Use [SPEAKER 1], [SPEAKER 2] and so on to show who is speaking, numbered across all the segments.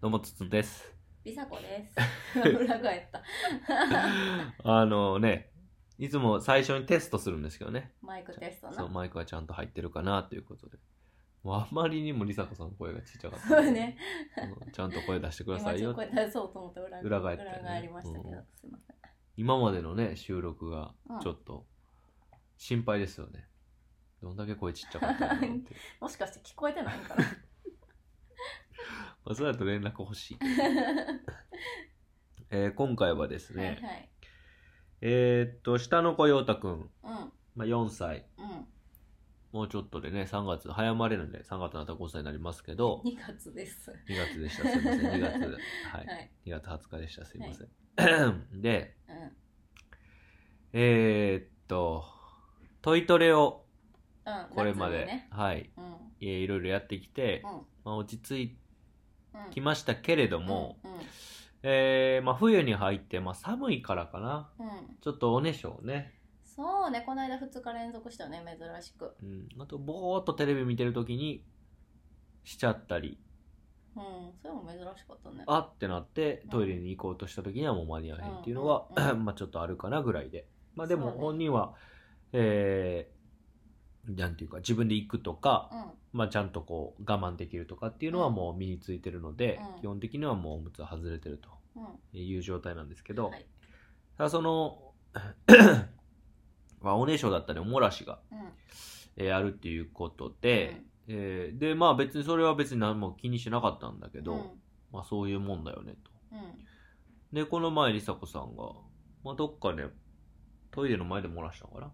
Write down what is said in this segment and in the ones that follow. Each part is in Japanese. [SPEAKER 1] どうもつつです。
[SPEAKER 2] りさこです。裏返った。
[SPEAKER 1] あのね、いつも最初にテストするんですけどね。
[SPEAKER 2] マイクテスト
[SPEAKER 1] そう、
[SPEAKER 2] な。
[SPEAKER 1] マイクはちゃんと入ってるかなということで。もうあまりにもりさこさんの声がちっちゃかった。
[SPEAKER 2] そうね。
[SPEAKER 1] うんちゃんと声出してくださ
[SPEAKER 2] 今
[SPEAKER 1] い
[SPEAKER 2] ちょっ
[SPEAKER 1] よ
[SPEAKER 2] と。これ出そうと思って裏
[SPEAKER 1] 裏返ったよね
[SPEAKER 2] 裏返りましたけど、
[SPEAKER 1] うん
[SPEAKER 2] すいません。
[SPEAKER 1] 今までのね、収録が
[SPEAKER 2] うん
[SPEAKER 1] ちょっと心配ですよね。どんだけ声ちっちゃかったのかな って。
[SPEAKER 2] もしかして聞こえてないのかな
[SPEAKER 1] まあ、それだと連絡欲しい。
[SPEAKER 2] は
[SPEAKER 1] えー今回はですね、
[SPEAKER 2] い はい。
[SPEAKER 1] えーっと、下の子陽太くん、
[SPEAKER 2] うん。
[SPEAKER 1] まあ、4歳。
[SPEAKER 2] うん。
[SPEAKER 1] もうちょっとでね、3月、早まれるんで、3月になったら5歳になりますけど、
[SPEAKER 2] 2月です。は。
[SPEAKER 1] 2月でした、すいません、2月。はい い。2月20日でした、すいません。で、
[SPEAKER 2] うん。
[SPEAKER 1] えーっと、トイトレを
[SPEAKER 2] うん。
[SPEAKER 1] これま
[SPEAKER 2] 夏
[SPEAKER 1] で、
[SPEAKER 2] にね
[SPEAKER 1] はい、
[SPEAKER 2] うん。うん。
[SPEAKER 1] えーいろいろやってきて、まあ、落ち着い
[SPEAKER 2] うん。
[SPEAKER 1] きましたけれども、
[SPEAKER 2] うん。
[SPEAKER 1] えーまあ、冬に入って、まあ、寒いからかな。
[SPEAKER 2] うん。うん。
[SPEAKER 1] ちょっとおねしょをね、
[SPEAKER 2] そうね、この間2日連続したよね、珍しく。
[SPEAKER 1] うん、あと、ぼーっとテレビ見てるときに、しちゃったり、
[SPEAKER 2] うん。それも珍しかったね。
[SPEAKER 1] あってなってトイレに行こうとした時にはもう間に合わへんっていうのが、
[SPEAKER 2] うんうんう
[SPEAKER 1] まあちょっとあるかなぐらいでまあでも
[SPEAKER 2] そうね
[SPEAKER 1] 本人は、えーなんていうか自分で行くとか、
[SPEAKER 2] うん。
[SPEAKER 1] まあ、ちゃんとこう我慢できるとかっていうのはもう身についてるので、
[SPEAKER 2] うん
[SPEAKER 1] 基本的にはもうおむつは外れてると
[SPEAKER 2] う
[SPEAKER 1] いう状態なんですけど、
[SPEAKER 2] ん。はい。
[SPEAKER 1] ただその まあおねしょだったりおもらしが、
[SPEAKER 2] うん。
[SPEAKER 1] えーあるっていうことで、えーでまあ別にそれは別に何も気にしなかったんだけど、
[SPEAKER 2] うん。
[SPEAKER 1] まあ、そういうもんだよねと。
[SPEAKER 2] うん。
[SPEAKER 1] で、この前、りさこさんが、まあ、どっかで、トイレの前で漏らしたのかな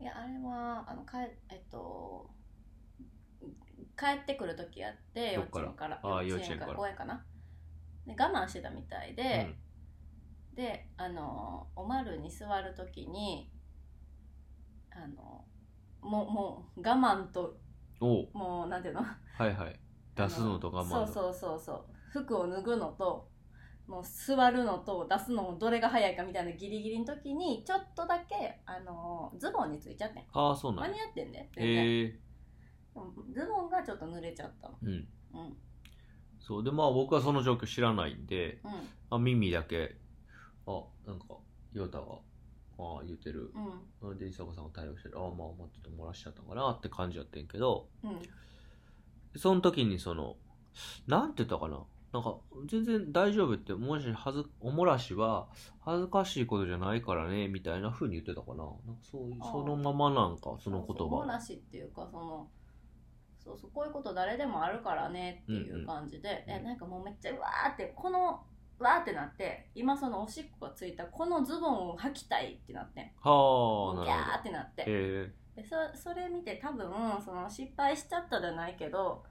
[SPEAKER 1] い
[SPEAKER 2] やあれはあのかええっと帰ってくる時やって幼
[SPEAKER 1] どっ
[SPEAKER 2] 稚
[SPEAKER 1] から
[SPEAKER 2] 園から
[SPEAKER 1] あー
[SPEAKER 2] 幼
[SPEAKER 1] 幼
[SPEAKER 2] 稚
[SPEAKER 1] 稚園
[SPEAKER 2] 園
[SPEAKER 1] か
[SPEAKER 2] から公園かなで我慢してたみたいで、であのおまるに座る時にあのもうもう我慢と
[SPEAKER 1] うん。おう
[SPEAKER 2] もうなんていうの
[SPEAKER 1] はいはい。出すのと我慢
[SPEAKER 2] あ
[SPEAKER 1] の。
[SPEAKER 2] のそうそうそうそう服を脱ぐのともう座るのと出すのもどれが早いかみたいなギリギリの時にちょっとだけあのズボンについちゃってん
[SPEAKER 1] ああ、そうな
[SPEAKER 2] 間
[SPEAKER 1] ん
[SPEAKER 2] に
[SPEAKER 1] や。
[SPEAKER 2] 合ってんね全然
[SPEAKER 1] へえ。
[SPEAKER 2] ズボンがちょっと濡れちゃったの。
[SPEAKER 1] うん。
[SPEAKER 2] うん。うん。
[SPEAKER 1] そう。で、まあ、僕はその状況知らないんで、あ耳だけ、あ、なんか、ヨタが、ああ、言うてる。
[SPEAKER 2] う
[SPEAKER 1] それで、りさこさんが対応してる。ああ、まあ、まあ、ちょっと漏らしちゃったのかなって感じやってんけど、
[SPEAKER 2] ん。うん。
[SPEAKER 1] その時に、その、なんて言ったかな。なんか、全然大丈夫って、もし、はず、おもらしは、恥ずかしいことじゃないからね、みたいな風に言ってたかな。なんかそういう、
[SPEAKER 2] あー
[SPEAKER 1] そのままなんか、その言
[SPEAKER 2] そうそう
[SPEAKER 1] 葉。
[SPEAKER 2] らしっていうか、その、そうそう、こういうこと誰でもあるからねってい
[SPEAKER 1] んう
[SPEAKER 2] うんう感じで、
[SPEAKER 1] うん
[SPEAKER 2] え、なんかもうめっちゃうわーって、この、わーってなって、今そのおしっこがついたこのズボンを履きたいってなってん。
[SPEAKER 1] はあ、
[SPEAKER 2] もうギャー
[SPEAKER 1] な
[SPEAKER 2] ってなって。
[SPEAKER 1] る
[SPEAKER 2] でそそれ見て多分その失敗しちゃったじゃないけど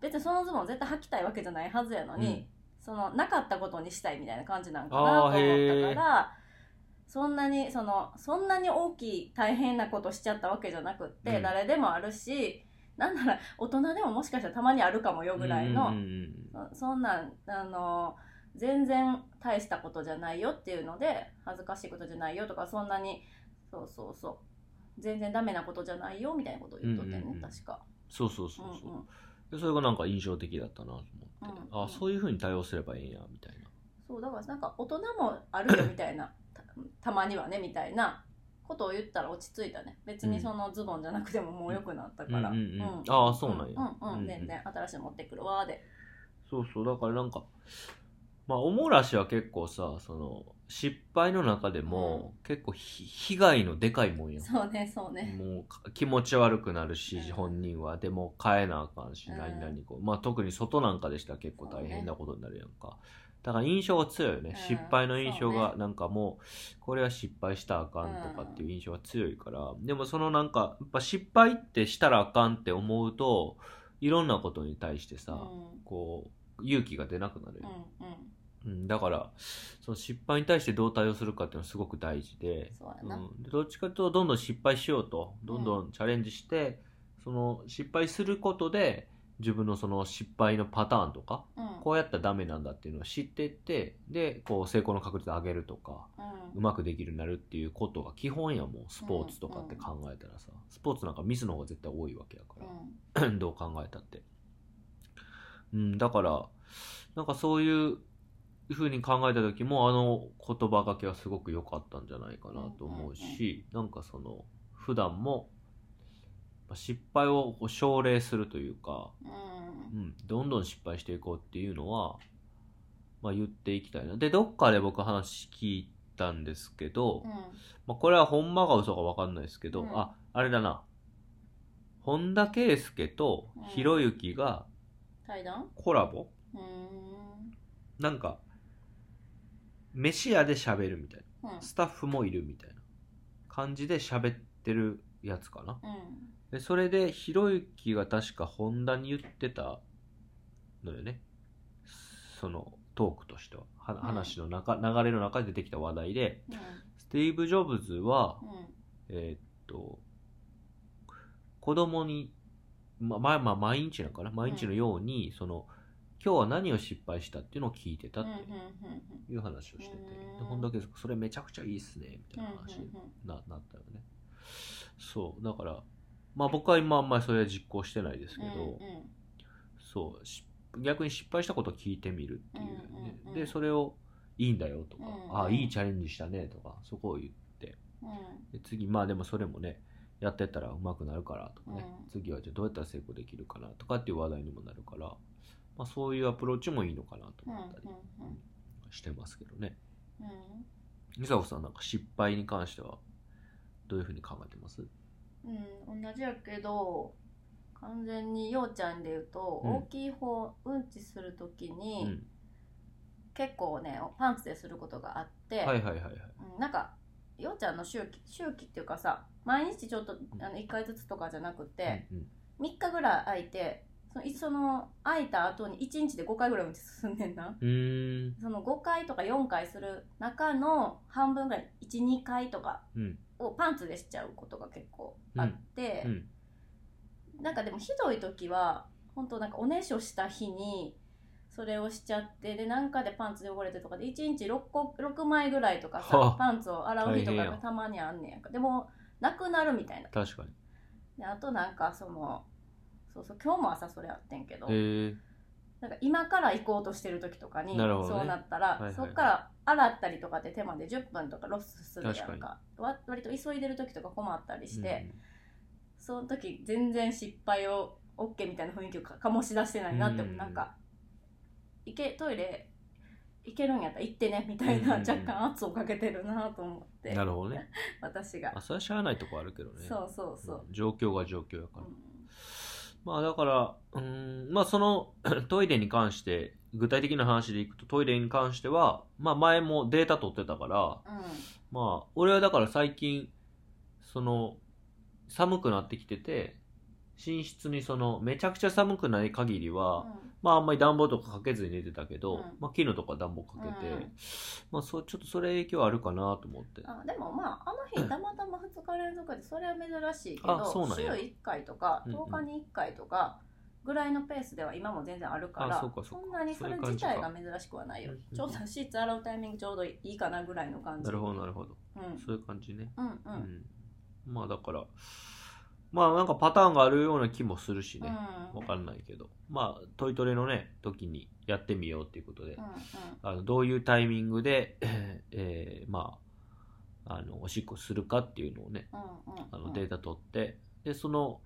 [SPEAKER 2] 別にそのズボン絶対履きたいわけじゃないはずやのに、そのなかったことにしたいみたいな感じなんかなと思
[SPEAKER 1] あー
[SPEAKER 2] ったからそんなにそのそんなに大きい大変なことしちゃったわけじゃなくって、
[SPEAKER 1] うん
[SPEAKER 2] 誰でもあるしなんなら大人でももしかしたらたまにあるかもよ
[SPEAKER 1] ほど。
[SPEAKER 2] ぐらいの、
[SPEAKER 1] うんうんうん
[SPEAKER 2] そそんなんあの全然大したことじゃないよっていうので恥ずかしいことじゃないよとかそんなにそうそうそう全然ダメなことじゃないよみたいなことを言っとってね、
[SPEAKER 1] うんうんうん
[SPEAKER 2] 確か、
[SPEAKER 1] そうそうそううんそう、で。それがなんか印象的だったなと思って。
[SPEAKER 2] うんうん
[SPEAKER 1] あそういう風に対応すればいいんや、みたいな。
[SPEAKER 2] そうだからなんか大人もあるよみたいなたたまにはねみたいなことを言ったら落ち着いたね別にそのズボンじゃなくてももう良くなったから、
[SPEAKER 1] うんうんうん
[SPEAKER 2] うん
[SPEAKER 1] ああ、そうなんや。
[SPEAKER 2] うんうん、全然新しいの持ってくるわーで
[SPEAKER 1] そうそう、だからなんか、まあ、おもらしは結構さ、その、失敗の中でも、結構ひ、被害のでかいもんや。
[SPEAKER 2] そうねそうね
[SPEAKER 1] もうか気持ち悪くなるし、
[SPEAKER 2] うん
[SPEAKER 1] 本人はでも変えなあかんし、
[SPEAKER 2] うん
[SPEAKER 1] 何々こう、まあ、特に外なんかでしたら結構大変なことになるやんか、だから印象が強いよね、
[SPEAKER 2] うん
[SPEAKER 1] 失敗の印象
[SPEAKER 2] そう
[SPEAKER 1] がなんかもうこれは失敗したらあかんとかっていう印象が強いから、でもそのなんかやっぱ失敗ってしたらあかんって思うといろんなことに対してさ、
[SPEAKER 2] うん
[SPEAKER 1] こう勇気が出なくなる
[SPEAKER 2] う
[SPEAKER 1] よ、
[SPEAKER 2] んう
[SPEAKER 1] う
[SPEAKER 2] ん
[SPEAKER 1] ん、だからその失敗に対してどう対応するかっていうのはすごく大事で
[SPEAKER 2] そうやな、
[SPEAKER 1] うん、でどっちかというとどんどん失敗しようとどんどんチャレンジして、その失敗することで自分のその失敗のパターンとか
[SPEAKER 2] うん
[SPEAKER 1] こうやったらダメなんだっていうのを知ってってでこう成功の確率を上げるとか
[SPEAKER 2] うん
[SPEAKER 1] うまくできるようになるっていうことが基本やもんスポーツとかって考えたらさ、スポーツなんかミスの方が絶対 多いわけやから、どう考えたって。うん、だから、なんかそういうふうに考えた時もあの言葉がけはすごく良かったんじゃないかなと思うし、なんかその普段もまあ失敗をこう奨励するというか、
[SPEAKER 2] うん
[SPEAKER 1] うん、どんどん失敗していこうっていうのは、まあ、言っていきたいなでどっかで僕話聞いたんですけど、
[SPEAKER 2] うん
[SPEAKER 1] まあ、これはほんまか嘘か分かんないですけど、
[SPEAKER 2] うん
[SPEAKER 1] ああれだな本田圭佑とひろゆきが
[SPEAKER 2] 対談
[SPEAKER 1] コラボ、
[SPEAKER 2] うーん
[SPEAKER 1] なんか飯屋で喋るみたい
[SPEAKER 2] うん
[SPEAKER 1] なスタッフもいるみたいな感じで喋ってるやつかな
[SPEAKER 2] うん
[SPEAKER 1] でそれでひろゆきが確か本田に言ってたのよねそのトークとしてはは
[SPEAKER 2] ん
[SPEAKER 1] 話の中、流れの中で出てきた話題で
[SPEAKER 2] うん
[SPEAKER 1] スティーブ・ジョブズは
[SPEAKER 2] うん
[SPEAKER 1] えーっと子供にままあまあ毎日なんかな毎日のように、その今日は何を失敗したっていうのを聞いてた
[SPEAKER 2] う
[SPEAKER 1] っ
[SPEAKER 2] んうん
[SPEAKER 1] て
[SPEAKER 2] うんうん
[SPEAKER 1] いう話をしてて、
[SPEAKER 2] うん
[SPEAKER 1] で本田圭佑それめちゃくちゃいいっすねみたいな話に
[SPEAKER 2] う
[SPEAKER 1] ななったよねそうだからまあ僕は今あんまりそれは実行してないですけど、
[SPEAKER 2] んうんうん
[SPEAKER 1] そうし逆に失敗したことを聞いてみるっていう、ね
[SPEAKER 2] うんうんうん
[SPEAKER 1] でそれをいいんだよとか、
[SPEAKER 2] うんうん
[SPEAKER 1] ああいいチャレンジしたねとかそこを言って
[SPEAKER 2] うん
[SPEAKER 1] で次まあでもそれもねやってったらうまくなるからとかね、
[SPEAKER 2] うん
[SPEAKER 1] 次はじゃあどうやったら成功できるかなとかっていう話題にもなるから、まあ、そういうアプローチもいいのかなと
[SPEAKER 2] うんうん
[SPEAKER 1] 思ったりしてますけどね
[SPEAKER 2] うんうん
[SPEAKER 1] 美佐子さんなんか失敗に関してはどういうふうに考えてます
[SPEAKER 2] うん、同じやけど完全にようちゃんで言うと、
[SPEAKER 1] うん
[SPEAKER 2] 大きい方うんちするとき
[SPEAKER 1] う
[SPEAKER 2] に、
[SPEAKER 1] ん、
[SPEAKER 2] 結構ねパンツですることがあって、
[SPEAKER 1] はいはいはいはい
[SPEAKER 2] うんなんかようちゃんの周期周期っていうかさ毎日ちょっとあの1回ずつとかじゃなくて、
[SPEAKER 1] うんうん
[SPEAKER 2] 3日ぐらい空いてそのいその空いた後に1日で5回ぐらいうんちすんねんな
[SPEAKER 1] うーん
[SPEAKER 2] その5回とか4回する中の半分ぐらい12回とか
[SPEAKER 1] うん
[SPEAKER 2] をパンツでしちゃうことが結構あって、
[SPEAKER 1] うん
[SPEAKER 2] なんかでもひどい時は本当なんかおねしょした日にそれをしちゃってでなんかでパンツで汚れてとかで1日 6, 個6枚ぐらいとか
[SPEAKER 1] はあ
[SPEAKER 2] さパンツを洗う日と
[SPEAKER 1] 大
[SPEAKER 2] か
[SPEAKER 1] 変
[SPEAKER 2] が
[SPEAKER 1] や
[SPEAKER 2] たまにあんねんやんかでもなくなるみたいな
[SPEAKER 1] 確かに
[SPEAKER 2] であとなんかそのそうそう今日も朝それあってんけど、
[SPEAKER 1] へえ
[SPEAKER 2] なんか今から行こうとしてる時とかに
[SPEAKER 1] なるほどね
[SPEAKER 2] そうなったら、
[SPEAKER 1] いはいはい
[SPEAKER 2] そっから洗ったりとかって手間で10分とかロスするやんか
[SPEAKER 1] 確か
[SPEAKER 2] わ割と急いでる時とか困ったりして、
[SPEAKER 1] うん
[SPEAKER 2] その時全然失敗を OK みたいな雰囲気をか醸し出してないなって思う、
[SPEAKER 1] うん
[SPEAKER 2] なんか行けトイレ行けるんやったら行ってねみたいな、
[SPEAKER 1] うんうんうん
[SPEAKER 2] 若干圧をかけてるなと思って
[SPEAKER 1] なるほどね
[SPEAKER 2] 私が、
[SPEAKER 1] あそれはしゃあないとこあるけどね
[SPEAKER 2] そうそうそう、
[SPEAKER 1] うん状況が状況やか
[SPEAKER 2] う
[SPEAKER 1] ら、
[SPEAKER 2] ん
[SPEAKER 1] まあだからうーんまあその トイレに関して具体的な話でいくとトイレに関してはまあ前もデータ取ってたからまあ俺はだから最近その寒くなってきてて寝室にそのめちゃくちゃ寒くない限りは、まああんまり暖房とかかけずに寝てたけど、
[SPEAKER 2] うん
[SPEAKER 1] まあ昨日とか暖房かけて、
[SPEAKER 2] うん
[SPEAKER 1] まあそうちょっとそれ影響あるかなと思って
[SPEAKER 2] あでもまああの日たまたま2日連続でそれは珍しいけ
[SPEAKER 1] あそう
[SPEAKER 2] ど
[SPEAKER 1] なん
[SPEAKER 2] 週
[SPEAKER 1] や
[SPEAKER 2] 1回とか
[SPEAKER 1] うんうん
[SPEAKER 2] 10日に1回とかぐらいのペースでは今も全然あるか
[SPEAKER 1] あ
[SPEAKER 2] ら
[SPEAKER 1] そうかそうか
[SPEAKER 2] んなにそ
[SPEAKER 1] そう
[SPEAKER 2] れ
[SPEAKER 1] いう感
[SPEAKER 2] 自
[SPEAKER 1] じか
[SPEAKER 2] 体が珍しくはないよ
[SPEAKER 1] うんうん
[SPEAKER 2] ちょうどシーツ洗うタイミングちょうどいいかなぐらいの感じ
[SPEAKER 1] なるほどなるほど
[SPEAKER 2] うんうん
[SPEAKER 1] そういう感じね
[SPEAKER 2] うん
[SPEAKER 1] う、
[SPEAKER 2] うんん
[SPEAKER 1] まあだからまあなんかパターンがあるような気もするしね、わかんないけどまあトイトレのね時にやってみようっていうことで、
[SPEAKER 2] う
[SPEAKER 1] あのどういうタイミングで、えーまああのおしっこするかっていうのをね
[SPEAKER 2] んうんうん
[SPEAKER 1] あのデータ取って、でその、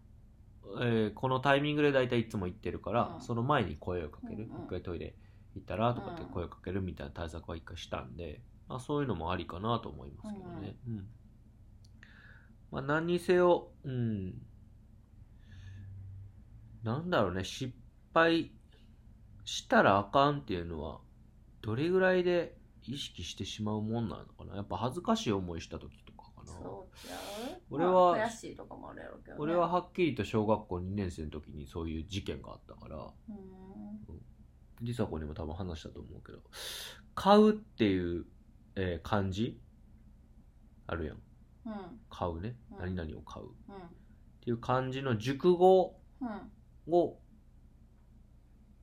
[SPEAKER 1] えーこのタイミングで大体いつも行ってるから、
[SPEAKER 2] うん
[SPEAKER 1] その前に声をかける、
[SPEAKER 2] うんうん
[SPEAKER 1] 一回トイレ行ったらとかって声をかけるみたいな対策は一回したんで、まあ、そういうのもありかなと思いますけどね、うんまあ、何にせよ、うん、なんだろうね失敗したらあかんっていうのはどれぐらいで意識してしまうもんなのかなやっぱ恥ずかしい思いした時とかかな
[SPEAKER 2] そうちゃう
[SPEAKER 1] 俺は
[SPEAKER 2] まあ悔しいとかもあるやろうけど、ね、
[SPEAKER 1] 俺ははっきりと小学校2年生の時にそういう事件があったから
[SPEAKER 2] うん
[SPEAKER 1] 梨紗子にも多分話したと思うけど買うっていう、えー漢字あるやん
[SPEAKER 2] うん
[SPEAKER 1] 買うね
[SPEAKER 2] うん
[SPEAKER 1] 何々を買うっ
[SPEAKER 2] うん
[SPEAKER 1] ていう漢字の熟語
[SPEAKER 2] うん
[SPEAKER 1] を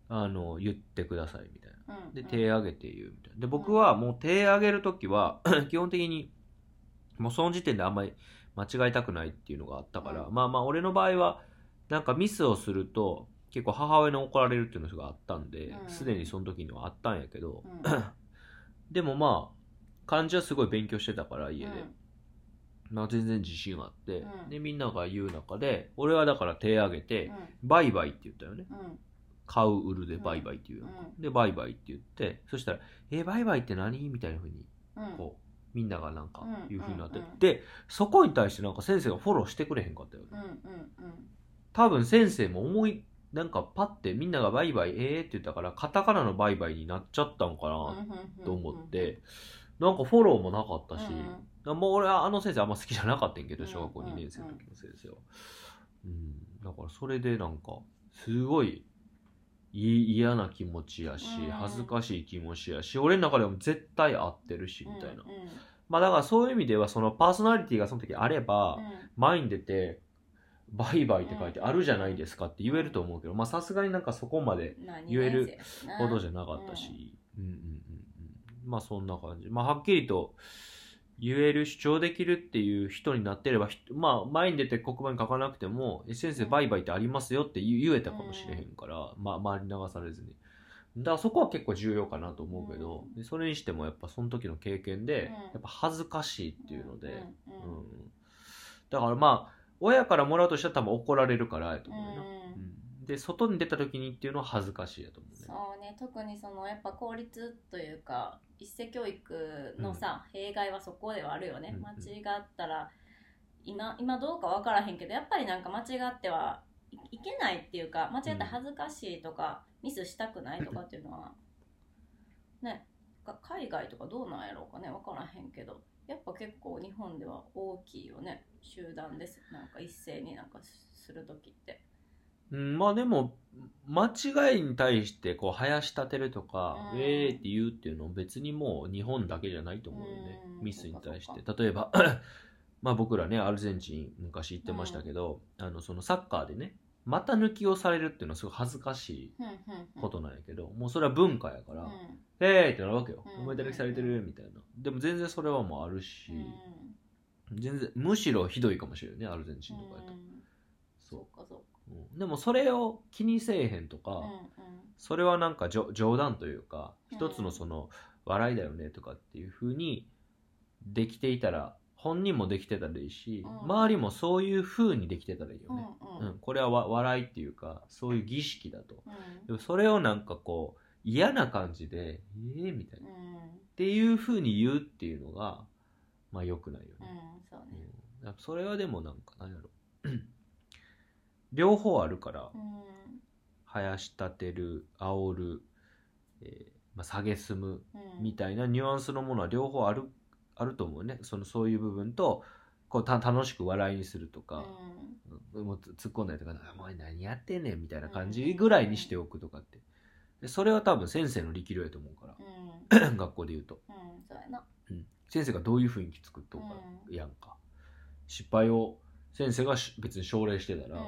[SPEAKER 1] あの言ってくださいみたいな
[SPEAKER 2] うん
[SPEAKER 1] で
[SPEAKER 2] うん
[SPEAKER 1] 手挙げて言うみたいなで僕はもう手挙げる時は 基本的にもうその時点であんまり間違えたくないっていうのがあったから、
[SPEAKER 2] う
[SPEAKER 1] まあまあ俺の場合はなんかミスをすると結構母親に怒られるっていうのがあったんで
[SPEAKER 2] うん
[SPEAKER 1] すで、にその時にはあったんやけど、
[SPEAKER 2] うん
[SPEAKER 1] でもまあ漢字はすごい勉強してたから家で、
[SPEAKER 2] う
[SPEAKER 1] まあ、全然自信あって、
[SPEAKER 2] うん
[SPEAKER 1] でみんなが言う中で俺はだから手挙げて、
[SPEAKER 2] ん
[SPEAKER 1] バイバイって言ったよね
[SPEAKER 2] うんうん
[SPEAKER 1] 買う売るでバイバイっていうの、でバイバイって言ってそしたら「えバイバイって何?」みたいなふうに
[SPEAKER 2] うん
[SPEAKER 1] こうみんながなんか
[SPEAKER 2] うん
[SPEAKER 1] いうふうになって、
[SPEAKER 2] うんうん
[SPEAKER 1] でそこに対してなんか先生がフォローしてくれへんかったよね、
[SPEAKER 2] うんうん
[SPEAKER 1] 多分先生も思いなんかパッてみんながバイバイえーって言ったからカタカナのバイバイになっちゃったんか
[SPEAKER 2] うん
[SPEAKER 1] な
[SPEAKER 2] うん
[SPEAKER 1] と思って、なんかフォローもなかったし、
[SPEAKER 2] うん
[SPEAKER 1] もう俺はあの先生あんま好きじゃなかったんやけ
[SPEAKER 2] う
[SPEAKER 1] ど
[SPEAKER 2] ん
[SPEAKER 1] 小学校2年生の時の先生は、うん、だからそれでなんかすごいい嫌な気持ちやし
[SPEAKER 2] うん
[SPEAKER 1] 恥ずかしい気持ちやし俺の中でも絶対合ってるし
[SPEAKER 2] うん
[SPEAKER 1] みたいな、
[SPEAKER 2] うんうん
[SPEAKER 1] まあだからそういう意味ではそのパーソナリティがその時あれば前に出て「バイバイ」って書いて「あるじゃないですか」って言えると思うけどまあさすがになんかそこまで
[SPEAKER 2] まあ
[SPEAKER 1] 言える
[SPEAKER 2] 二年生やしな
[SPEAKER 1] ほどじゃなかったし、うんうんうんうん、まあそんな感じ、まあ、はっきりと言える主張できるっていう人になってればひまあ前に出て黒板に書かなくても「え先生
[SPEAKER 2] うん
[SPEAKER 1] バイバイってありますよ」って言言えたかもしれへんから、まあ、周り流されずにだからそこは結構重要かなと思うけど、
[SPEAKER 2] うん
[SPEAKER 1] でそれにしてもやっぱその時の経験で、
[SPEAKER 2] うん
[SPEAKER 1] やっぱ恥ずかしいっていうので、
[SPEAKER 2] うん
[SPEAKER 1] うん
[SPEAKER 2] うん
[SPEAKER 1] だからまあ親からもらうとしたら多分怒られるからやと
[SPEAKER 2] う
[SPEAKER 1] 思うよな、
[SPEAKER 2] ん
[SPEAKER 1] うんで外に出た時にっていうのは恥ずかしいやと思うね
[SPEAKER 2] そうね特にそのやっぱ公立というか一斉教育のさ、弊害はそこではあるよ
[SPEAKER 1] う
[SPEAKER 2] ね、
[SPEAKER 1] んうん
[SPEAKER 2] 間違ったら今今どうか分からへんけどやっぱりなんか間違ってはいいけないっていうか間違って恥ずかしいとか、ミスしたくないとかっていう のはねか海外とかどうなんやろうかね分からへんけどやっぱ結構日本では大きいよね集団ですなんか一斉になんかする時って。
[SPEAKER 1] うん、まあでも間違いに対してこう林立てるとか「
[SPEAKER 2] う
[SPEAKER 1] ウ
[SPEAKER 2] ん
[SPEAKER 1] ェー」って言うっていうのは別にもう日本だけじゃないと思うよね
[SPEAKER 2] うん
[SPEAKER 1] ミスに対し
[SPEAKER 2] そって
[SPEAKER 1] 例えば まあ僕らねアルゼンチン昔行ってましたけど、あのそのサッカーでね股抜きをされるっていうのはすごい恥ずかし
[SPEAKER 2] ふんふんふ
[SPEAKER 1] い
[SPEAKER 2] ん
[SPEAKER 1] ことなんやけど、もうそれは文化やから「
[SPEAKER 2] うん
[SPEAKER 1] えー!」ってなるわけよ
[SPEAKER 2] う
[SPEAKER 1] 「
[SPEAKER 2] ん
[SPEAKER 1] お前だけされてる」みたいなでも全然それはもうあるし、
[SPEAKER 2] うん
[SPEAKER 1] 全然むしろひどいかもしれないねアルゼンチンとかやと、
[SPEAKER 2] うん
[SPEAKER 1] そう
[SPEAKER 2] そうかそう
[SPEAKER 1] うんでもそれを気にせえへんとか、
[SPEAKER 2] か。うん
[SPEAKER 1] それはなんかじょ冗談というか
[SPEAKER 2] うん
[SPEAKER 1] 一つのその笑いだよねとかっていう風にできていたら本人もできてたらいいし、
[SPEAKER 2] うん
[SPEAKER 1] 周りもそういう風にできてたらいいよ
[SPEAKER 2] うん
[SPEAKER 1] ね、
[SPEAKER 2] う
[SPEAKER 1] うん
[SPEAKER 2] んうん
[SPEAKER 1] これはわ笑いっていうかそういう儀式だと
[SPEAKER 2] う
[SPEAKER 1] でもそれをなんかこう嫌な感じで「ええみたいなっ
[SPEAKER 2] ん
[SPEAKER 1] ていう風に言うっていうのがまあ良くないよ
[SPEAKER 2] う
[SPEAKER 1] ね、
[SPEAKER 2] んそう
[SPEAKER 1] うん
[SPEAKER 2] ね。
[SPEAKER 1] だからそれはでもなんか何やろ 両方あるから
[SPEAKER 2] うん
[SPEAKER 1] 生やし立てる煽る、えーまあ、下げすむ
[SPEAKER 2] うん
[SPEAKER 1] みたいなニュアンスのものは両方あるあると思うねそのそういう部分とこうた楽しく笑いにするとか、
[SPEAKER 2] うん
[SPEAKER 1] もう突っ込んだりとか「お前何やってんねん」みたいな感じぐらいにしておくとかってでそれは多分先生の力量やと思うから
[SPEAKER 2] う ん
[SPEAKER 1] 学校で言うと、
[SPEAKER 2] うんそうやな。
[SPEAKER 1] うん先生がどういう雰囲気作っとくかやんか、失敗を先生がし別に奨励してた
[SPEAKER 2] うん
[SPEAKER 1] ら、
[SPEAKER 2] うん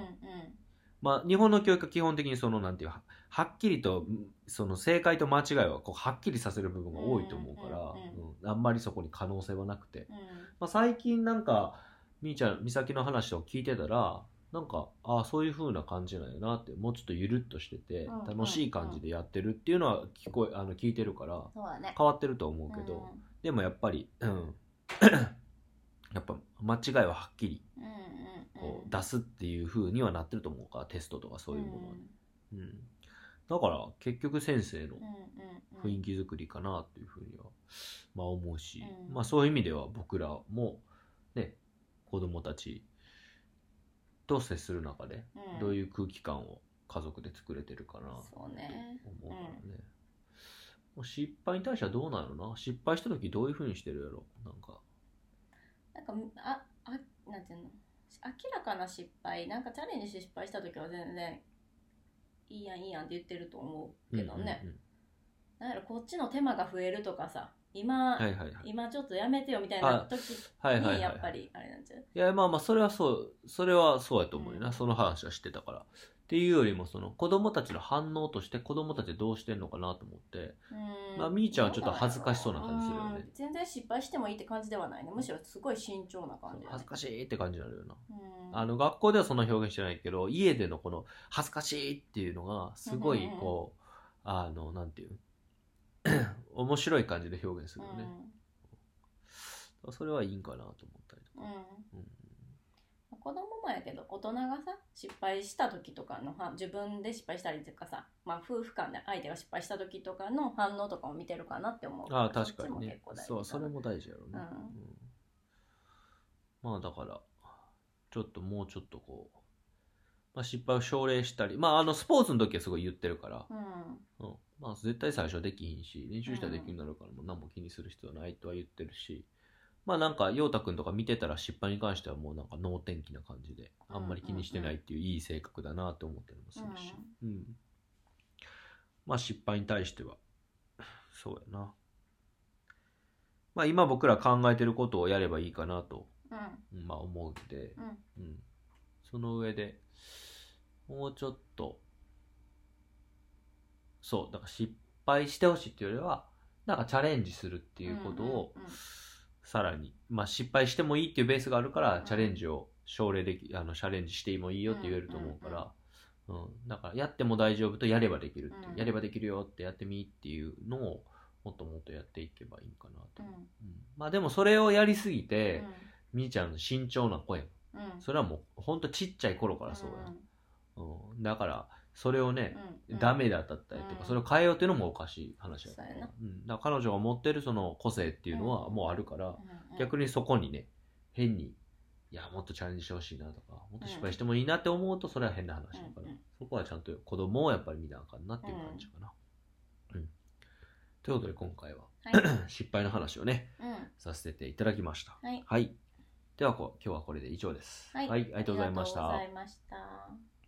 [SPEAKER 1] まあ、日本の教育は基本的にそのなんていうははっきりとうんその正解と間違いはこうはっきりさせる部分が多いと思うから、
[SPEAKER 2] うん
[SPEAKER 1] うんあんまりそこに可能性はなくて、
[SPEAKER 2] うん
[SPEAKER 1] まあ、最近なんかみーちゃん美咲の話を聞いてたらなんかああそういう風な感じなんやなってもうちょっとゆるっとしてて
[SPEAKER 2] うん
[SPEAKER 1] 楽しい感じでやってるっていうのは聞こえあの聞いてるから
[SPEAKER 2] そうだね。
[SPEAKER 1] 変わってると思うけど、でもやっぱり、うんやっぱ間違いははっきり
[SPEAKER 2] うんうんうん
[SPEAKER 1] こ
[SPEAKER 2] う
[SPEAKER 1] うん出すっていう風にはなってると思うからテストとかそういうものはね。うん、だから結局先生の
[SPEAKER 2] うんうんうん
[SPEAKER 1] 雰囲気作りかなというふうには、まあ、思うし、
[SPEAKER 2] うん
[SPEAKER 1] まあ、そういう意味では僕らも、ね、子供たちと接する中で
[SPEAKER 2] うん
[SPEAKER 1] どういう空気感を家族で作れてるかなと
[SPEAKER 2] そうね。
[SPEAKER 1] 思うからね、もう失敗に対してはどうなのな失敗した時どういうふうにしてるやろなんか、
[SPEAKER 2] なんかああなんていうの明らかな失敗なんかチャレンジして失敗した時は全然いいやんいいやんって言ってると思うけどね。
[SPEAKER 1] うんうん
[SPEAKER 2] なんやろこっちの手間が増えるとかさ今、
[SPEAKER 1] うんはいはいはい
[SPEAKER 2] 今ちょっとやめてよみたいな時
[SPEAKER 1] はいはいはい
[SPEAKER 2] にや
[SPEAKER 1] は
[SPEAKER 2] っ
[SPEAKER 1] い
[SPEAKER 2] ぱりあれなんちゃう
[SPEAKER 1] いやまあまあそれはそうそれはそうやと思うよな、
[SPEAKER 2] うん
[SPEAKER 1] その話はしてたからっていうよりもその子供たちの反応として子供たちどうしてんのかなと思って、
[SPEAKER 2] うん
[SPEAKER 1] まあ、みーちゃんはちょっと恥ずかしそうな感じするよね
[SPEAKER 2] うん全然失敗してもいいって感じではないねむしろすごい慎重な感じだね
[SPEAKER 1] 恥ずかしいって感じになるよな
[SPEAKER 2] うん
[SPEAKER 1] あの学校ではそんな表現してないけど家でのこの恥ずかしいっていうのがすごいこうあの なんていう面白い感じで表現するよね、それはいいんかなと思ったりと
[SPEAKER 2] うん
[SPEAKER 1] か、うん
[SPEAKER 2] うん、子供もやけど大人がさ失敗した時とかのは自分で失敗したりとかさ、まあ、夫婦間で相手が失敗した時とかの反応とかを見てるかなって思う
[SPEAKER 1] ああ確かに
[SPEAKER 2] そっちも
[SPEAKER 1] ね
[SPEAKER 2] 結構大事
[SPEAKER 1] そうそれ
[SPEAKER 2] も
[SPEAKER 1] も大事やろうね、
[SPEAKER 2] うん
[SPEAKER 1] まあだからちょっともうちょっとこう、まあ、失敗を奨励したりまああのスポーツの時はすごい言ってるから、
[SPEAKER 2] うん
[SPEAKER 1] うんまあ、絶対最初はできひんし練習したらできるようになるからもう何も気にする必要ないとは言ってるしまあなんか陽太くんとか見てたら失敗に関してはもうなんか能天気な感じであんまり気にしてないっていういい性格だなって思ったりもするし、うんまあ失敗に対してはそうやなまあ今僕ら考えてることをやればいいかなと、
[SPEAKER 2] うん
[SPEAKER 1] うんまあ、思うんで、
[SPEAKER 2] うん
[SPEAKER 1] うん、その上でもうちょっとそうだから失敗してほしいっていうよりはなんかチャレンジするっていうことを
[SPEAKER 2] うんうんうん
[SPEAKER 1] さらに、まあ、失敗してもいいっていうベースがあるか
[SPEAKER 2] う
[SPEAKER 1] ら
[SPEAKER 2] ん
[SPEAKER 1] チャレンジを奨励できあのチャレンジしてもいいよって言えると思うか
[SPEAKER 2] うんうん
[SPEAKER 1] ら、うんだからやっても大丈夫とやればできるっていう、
[SPEAKER 2] うん
[SPEAKER 1] やればできるよってやってみっていうのをもっともっとやっていけばいいんかなと、うんまあでもそれをやりすぎて、みーちゃんの慎重な声
[SPEAKER 2] うんうん
[SPEAKER 1] それはもうほんとちっちゃい頃からそうや、
[SPEAKER 2] う
[SPEAKER 1] うんだからそれをね、
[SPEAKER 2] んうん
[SPEAKER 1] ダメだったりとか、
[SPEAKER 2] うん
[SPEAKER 1] それを変えようっていうのもおかしい話やから
[SPEAKER 2] そうやな
[SPEAKER 1] うん、だから彼女が持ってるその個性っていうのはもうあるから、
[SPEAKER 2] うんうん
[SPEAKER 1] 逆にそこにね変にいやもっとチャレンジしてほしいなとかもっと失敗してもいいなって思うとそれは変な話だから、
[SPEAKER 2] うんうん
[SPEAKER 1] そこはちゃんと子供をやっぱり見なあかんなっていう感じかな、うんということで今回は
[SPEAKER 2] はい
[SPEAKER 1] 失敗の話をね
[SPEAKER 2] うん
[SPEAKER 1] させていただきました
[SPEAKER 2] はい
[SPEAKER 1] はい、ではこう今日はこれで以上です
[SPEAKER 2] はい
[SPEAKER 1] ありがとうございました
[SPEAKER 2] ありがとうございました